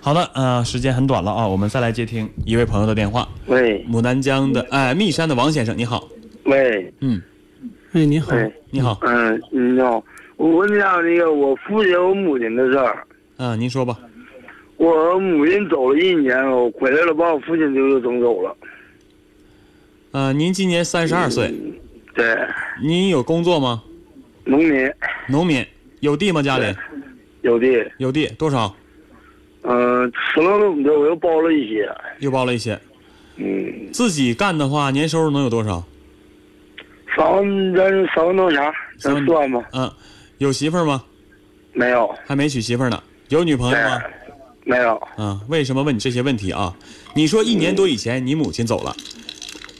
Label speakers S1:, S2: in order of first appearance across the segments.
S1: 好的，呃，时间很短了啊，我们再来接听一位朋友的电话。
S2: 喂
S1: 牡丹江的，哎，密山的王先生，你好。
S2: 喂
S1: 嗯，
S3: 哎，你好，
S2: 喂，
S1: 你好，
S2: 嗯，你好，我问一下那个我父亲我母亲的事儿。
S1: 嗯、您说吧。
S2: 我母亲走了一年，我回来了，把我父亲就又整走了。
S1: 呃，您今年三十二岁，
S2: 对，
S1: 您有工作吗？
S2: 农民
S1: 农民，有地吗？家里
S2: 有地，
S1: 有地，多少？
S2: 嗯、除了我们这我又包了一些，
S1: 又包了一些。
S2: 嗯，
S1: 自己干的话，年收入能有多少？
S2: 三万咱三万多钱，
S1: 三
S2: 咱
S1: 万
S2: 算吧，
S1: 嗯、有媳妇儿吗？
S2: 没有，
S1: 还没娶媳妇儿呢。有女朋友吗？
S2: 没有，
S1: 啊，为什么问你这些问题啊？你说一年多以前你母亲走了，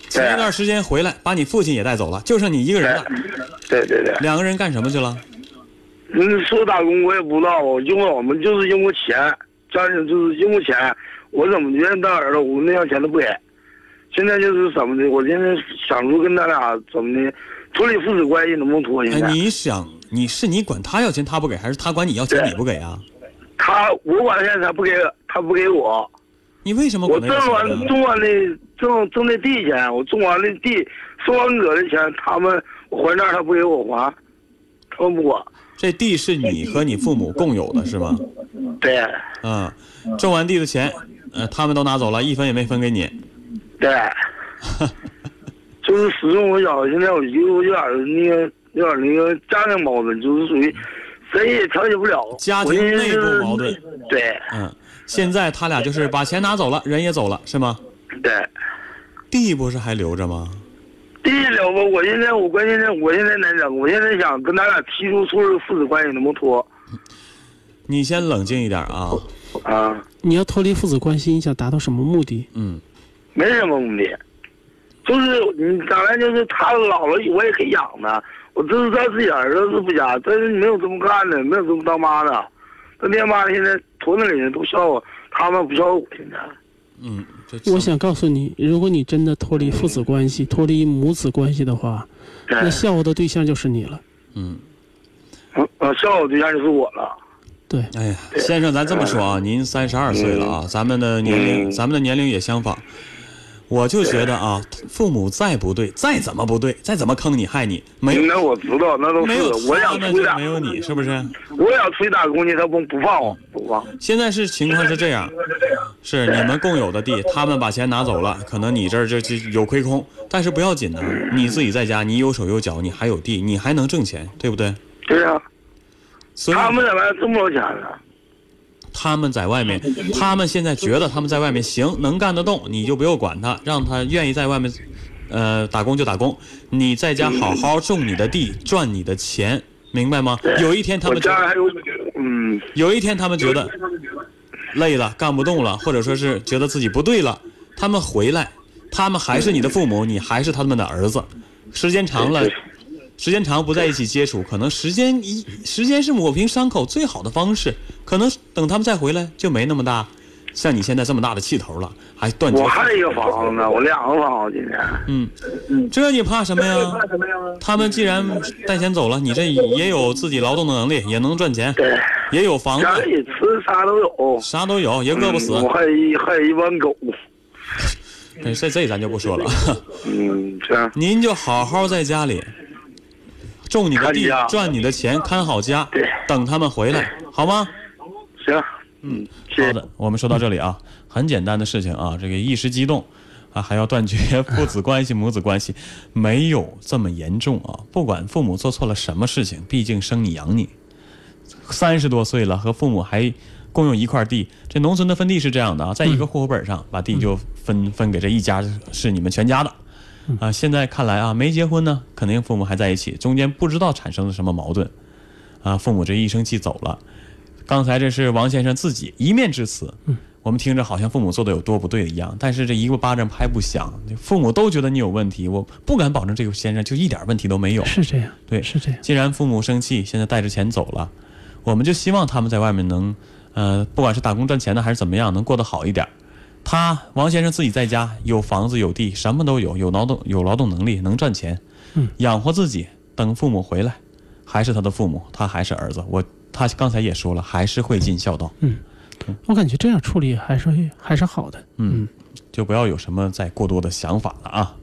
S1: 前一段时间回来把你父亲也带走了，就剩你一个人了。
S2: 哎对对对，
S1: 两个人干什么去了？
S2: 嗯，说打工我也不知道，因为我们就是因为钱，家里就是因为钱，我怎么就让大儿子，我那要钱都不给。现在就是怎么的，我现在想着跟咱俩怎么的处理父子关系能不能脱现
S1: 哎
S2: 在，
S1: 你想，你是你管他要钱他不给，还是他管你要钱
S2: 对
S1: 你不给啊？
S2: 他我管他钱，他不给他不给我，
S1: 你为什么
S2: 我
S1: 管他
S2: 挣
S1: 要
S2: 完
S1: 钱呢？
S2: 种完的挣挣的地钱，我种完的地收完哥的钱，他们我还那儿他不给我还，他们不管。
S1: 这地是你和你父母共有的，是吗？
S2: 对
S1: 嗯，种完地的钱，呃，他们都拿走了，一分也没分给你。
S2: 对，就是始终我想，现在我就有点儿那个有点儿那个家庭矛盾，就是属于谁也调解不了，
S1: 家
S2: 我
S1: 庭
S2: 现在
S1: 内
S2: 就
S1: 部
S2: 是
S1: 矛盾。
S2: 对
S1: 嗯，现在他俩就是把钱拿走了，人也走了，是吗？
S2: 对，
S1: 地不是还留着吗？
S2: 第一了吧，我现在我关键是我现在难整，我现在想跟咱俩提出处理父子关系能不能脱
S1: 你先冷静一点啊。
S2: 啊？
S3: 你要脱离父子关系，你想达到什么目的？
S1: 嗯，
S2: 没什么目的，就是你当然就是他老了，我也可以养他。我这是他自己儿子是不假，但是没有这么干的，没有这么当妈的。他爹妈现在屯子里人都笑话，他们不笑话我现在。
S1: 嗯，这
S3: 我想告诉你，如果你真的脱离父子关系、脱离母子关系的话，那
S2: 对，
S3: 笑话的对象就是你了。
S1: 嗯，
S2: 嗯呃，笑话我对象就是我了。
S3: 对，
S1: 哎呀，先生，咱这么说啊，您三十二岁了啊，咱们的年龄，
S2: 嗯
S1: 咱们的年龄也相仿。我就觉得啊，父母再不对，再怎么不对，再怎么坑你害你，没有
S2: 那我知道，那都
S1: 没
S2: 是
S1: 有
S2: 我
S1: 他
S2: 想
S1: 们
S2: 出去
S1: 就
S2: 打
S1: 没，有你，是不是？
S2: 我想出去打工去，他不不放我，不放。
S1: 现在是情况是这样，是你们共有的地，他们把钱拿走了，可能你这儿就就有亏空，但是不要紧的，你自己在家，你有手有脚，你还有地，你还能挣钱，对不对？
S2: 对呀、啊，
S1: 所以
S2: 他们在外挣不着钱了。
S1: 他们在外面，他们现在觉得他们在外面行，能干得动，你就不用管他，让他愿意在外面，呃，打工就打工，你在家好好种你的地，赚你的钱，明白吗？有一天他
S2: 我
S1: 们觉
S2: 家
S1: 得，
S2: 还有，嗯，
S1: 有一天他们觉得累了，干不动了，或者说是觉得自己不对了，他们回来，他们还是你的父母，你还是他们的儿子，时间长了
S2: 对。
S1: 时间长不在一起接触，可能时间一时间是抹平伤口最好的方式。可能等他们再回来就没那么大，像你现在这么大的气头了，还断绝
S2: 我。还有一个房子呢，我两个房子今天。
S1: 嗯，这你怕什么呀？他们既然带钱走了，你这也有自己劳动的能力，也能赚钱，
S2: 对。
S1: 也有房子，
S2: 家里吃啥都有，
S1: 啥都有，也嗯饿不死
S2: 嗯。我还有一还有一帮狗。
S1: 哎这这咱就不说了。
S2: 嗯，这样
S1: 您就好好在家里种你的地
S2: 看家，
S1: 赚你的钱，看好家
S2: 对，
S1: 等他们回来，好吗？
S2: 行，嗯，谢
S1: 好
S2: 谢。
S1: 的，我们说到这里啊，很简单的事情啊，这个一时激动啊，还要断绝父子关系、母子关系，没有这么严重啊。不管父母做错了什么事情，毕竟生你养你，三十多岁了，和父母还共用一块地，这农村的分地是这样的啊，在一个户口本上把地就分分给这一家，是你们全家的。啊，现在看来啊，没结婚呢，肯定父母还在一起，中间不知道产生了什么矛盾，啊，父母这一生气走了，刚才这是王先生自己一面之词，我们听着好像父母做的有多不对一样，但是这一个巴掌拍不响，父母都觉得你有问题，我不敢保证这个先生就一点问题都没有。
S3: 是这样，
S1: 对
S3: 是这样。
S1: 既然父母生气，现在带着钱走了，我们就希望他们在外面能，呃，不管是打工赚钱的还是怎么样，能过得好一点儿。他王先生自己在家有房子有地，什么都有，有劳动有劳动能力，能赚钱，
S3: 嗯
S1: 养活自己。等父母回来，还是他的父母，他还是儿子。我他刚才也说了，还是会尽孝道。
S3: 嗯，我感觉这样处理还是还是好的。
S1: 就不要有什么再过多的想法了啊。